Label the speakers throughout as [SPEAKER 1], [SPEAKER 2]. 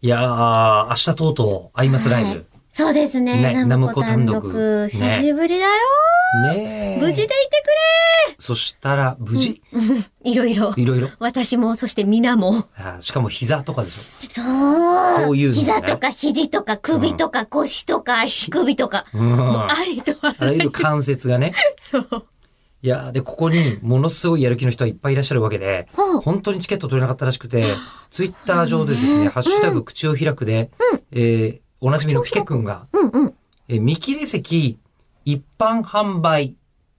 [SPEAKER 1] いやー、明日とうとう、アイマスライブ。
[SPEAKER 2] そうですね。
[SPEAKER 1] ね
[SPEAKER 2] ナムコ
[SPEAKER 1] ナムコ単
[SPEAKER 2] 単
[SPEAKER 1] 独
[SPEAKER 2] 独。
[SPEAKER 1] ね
[SPEAKER 2] 久しぶりだよ、
[SPEAKER 1] ねえ。
[SPEAKER 2] 無事でいて
[SPEAKER 1] そしたら、無事、
[SPEAKER 2] くれいろいろ。
[SPEAKER 1] いろいろ。
[SPEAKER 2] 私も、そして皆も。
[SPEAKER 1] あーしかも膝とかでし
[SPEAKER 2] そう。
[SPEAKER 1] こういうのね
[SPEAKER 2] 膝とか肘とか首とか腰とか足首とか。
[SPEAKER 1] ょ。うん。
[SPEAKER 2] あ
[SPEAKER 1] あ
[SPEAKER 2] りと
[SPEAKER 1] ら
[SPEAKER 2] あ
[SPEAKER 1] ゆ
[SPEAKER 2] らゆ
[SPEAKER 1] る
[SPEAKER 2] る。
[SPEAKER 1] 関節がね。
[SPEAKER 2] そう。
[SPEAKER 1] いやー、で、ここに、ものすごいやる気の人はいっぱいいらっしゃるわけで、
[SPEAKER 2] ほう
[SPEAKER 1] 本当にチケット取れなかったらしくて、ツイッター上でですね、ハッシュタグ口を開くで、えー、おなじみのピケ君が、
[SPEAKER 2] うんうん。
[SPEAKER 1] えー見切り席一般販売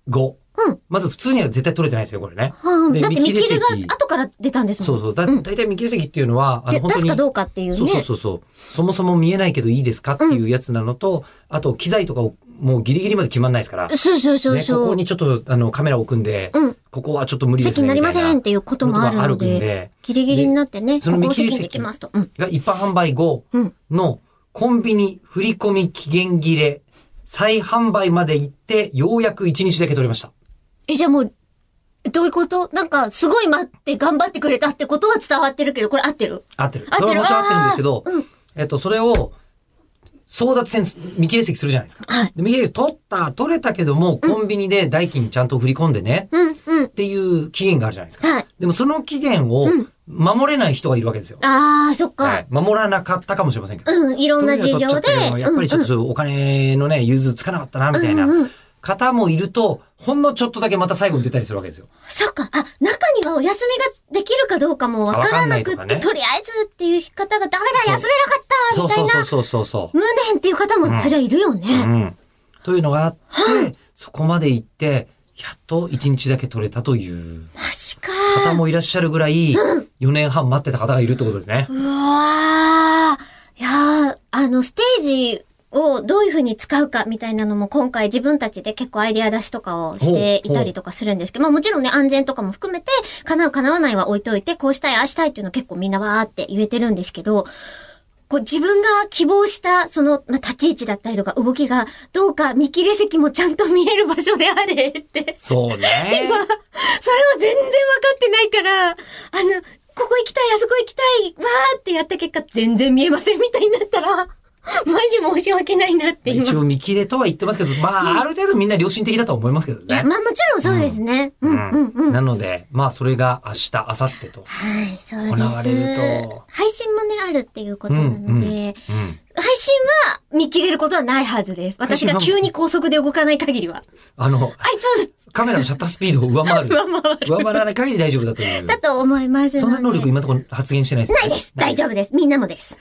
[SPEAKER 1] 後。
[SPEAKER 2] うん
[SPEAKER 1] まず普通には絶対取れてないですよ、これね。
[SPEAKER 2] は
[SPEAKER 1] で
[SPEAKER 2] あ、だって見切り
[SPEAKER 1] 見
[SPEAKER 2] が
[SPEAKER 1] 切り席
[SPEAKER 2] 後から出たんですも
[SPEAKER 1] そ
[SPEAKER 2] ん。
[SPEAKER 1] うそう。だ、
[SPEAKER 2] うん
[SPEAKER 1] 大体見切り席っていうのは、あ
[SPEAKER 2] で、
[SPEAKER 1] の、本
[SPEAKER 2] 出
[SPEAKER 1] 当
[SPEAKER 2] す
[SPEAKER 1] に
[SPEAKER 2] か。どうかっていうね。
[SPEAKER 1] そうそうそうそう。そもそも見えないけどいいですかっていうやつなのと、あと機材とかをもうギリギリまで決まんないですから。ね、
[SPEAKER 2] そうそうそう
[SPEAKER 1] こ
[SPEAKER 2] そ
[SPEAKER 1] こ
[SPEAKER 2] う。
[SPEAKER 1] にちょっとあのカメラを置くんで、
[SPEAKER 2] うん
[SPEAKER 1] ここはちょっと無理ですね。
[SPEAKER 2] 席になりませんっ
[SPEAKER 1] み
[SPEAKER 2] ていうこ
[SPEAKER 1] た
[SPEAKER 2] と
[SPEAKER 1] いな
[SPEAKER 2] もあるの
[SPEAKER 1] ことがあるん
[SPEAKER 2] で、
[SPEAKER 1] で、
[SPEAKER 2] ギリギリになってね、
[SPEAKER 1] そ
[SPEAKER 2] こ
[SPEAKER 1] の見
[SPEAKER 2] こを
[SPEAKER 1] 切り
[SPEAKER 2] 席に
[SPEAKER 1] 席
[SPEAKER 2] できますと。うん。
[SPEAKER 1] が一般販売後
[SPEAKER 2] うん
[SPEAKER 1] のコンビニ振込期限切れ、再販売まで行って、ようやく1日だけ取れました。
[SPEAKER 2] え、じゃあもう、どういうことなんか、すごい待って、頑張ってくれたってことは伝わってるけど、これ合ってる
[SPEAKER 1] 合ってる。
[SPEAKER 2] 合ってる
[SPEAKER 1] それはもちろん合ってるんですけど、
[SPEAKER 2] あーうん
[SPEAKER 1] えっと、それを、争奪戦、見切れ席するじゃないですか。
[SPEAKER 2] はい。
[SPEAKER 1] で見切れ席取った、取れたけども、コンビニで代金ちゃんと振り込んでね、
[SPEAKER 2] うん、うん
[SPEAKER 1] っ。ていう期限があるじゃないですか。
[SPEAKER 2] はい。
[SPEAKER 1] でもその期限を
[SPEAKER 2] ん
[SPEAKER 1] 守れない人がいるわけですよ。
[SPEAKER 2] あー、そっか。
[SPEAKER 1] はい。守らなかったかもしれませんけど。
[SPEAKER 2] うん、いろんな事
[SPEAKER 1] 取
[SPEAKER 2] 情で
[SPEAKER 1] っちゃったけど。やっぱりちょっとそういうお金のね、融通つかなかったな、みたいな
[SPEAKER 2] うんうんうん
[SPEAKER 1] 方もいると、ほんのちょっとだけまた最後に出たりするわけですよ。
[SPEAKER 2] そっか。あ、中にはお休みができるかどうかもわからなく
[SPEAKER 1] わ
[SPEAKER 2] っ
[SPEAKER 1] か
[SPEAKER 2] て、
[SPEAKER 1] んないとか
[SPEAKER 2] とりあえずっていう方がダメ
[SPEAKER 1] そう
[SPEAKER 2] だ、休めなかった
[SPEAKER 1] そ
[SPEAKER 2] み
[SPEAKER 1] う
[SPEAKER 2] たい
[SPEAKER 1] そう
[SPEAKER 2] な、
[SPEAKER 1] そうそうそう。
[SPEAKER 2] 無念っていう方もそりゃいるよね。
[SPEAKER 1] うん。というのがあって、そこまで行って、やっと1日だけ取れたという
[SPEAKER 2] マジか。
[SPEAKER 1] 方もいらっしゃるぐらい、4年半待ってた方がいるってことですね。
[SPEAKER 2] うわー。いやー、あの、ステージをどういう風に使うかみたいなのも今回自分たちで結構アイデア出しとかをしていたりとかするんですけど、まあもちろんね、安全とかも含めて、叶う叶わないは置いといて、こうしたい、ああしたいっていうの結構みんなわーって言えてるんですけど、こう自分が希望した、その、まあ、立ち位置だったりとか動きが、どうか見切れ席もちゃんと見える場所であれって。
[SPEAKER 1] そう ね。
[SPEAKER 2] それは全然分かってないから、あの、ここ行きたい、あそこ行きたい、わーってやった結果、全然見えませんみたいになったら、マ ジ申し訳ないなって今。
[SPEAKER 1] 一応見切れとは言ってますけど、まあ、ある程度みんな良心的だとは思いますけど
[SPEAKER 2] い
[SPEAKER 1] ね。
[SPEAKER 2] や、まあもちろんそうですね。う、
[SPEAKER 1] うん
[SPEAKER 2] うん、うん。
[SPEAKER 1] なので、まあ、それが明日、明後日と。
[SPEAKER 2] はい、そうです。
[SPEAKER 1] 行われると
[SPEAKER 2] 配信もね、あるっていうことなので、
[SPEAKER 1] うんうんう
[SPEAKER 2] 配
[SPEAKER 1] ん。
[SPEAKER 2] 信は見切れることはないはずです。私が急に高速で動かない限りは。
[SPEAKER 1] あの、
[SPEAKER 2] あいつ
[SPEAKER 1] カメラのシャッタースピードを上回 る。
[SPEAKER 2] 上回る
[SPEAKER 1] 上回らない限り大丈夫だという。
[SPEAKER 2] だと思いますので。
[SPEAKER 1] そんな能力今のところ発言してないですよ
[SPEAKER 2] ない
[SPEAKER 1] ね
[SPEAKER 2] です。大丈夫です。みんなもです。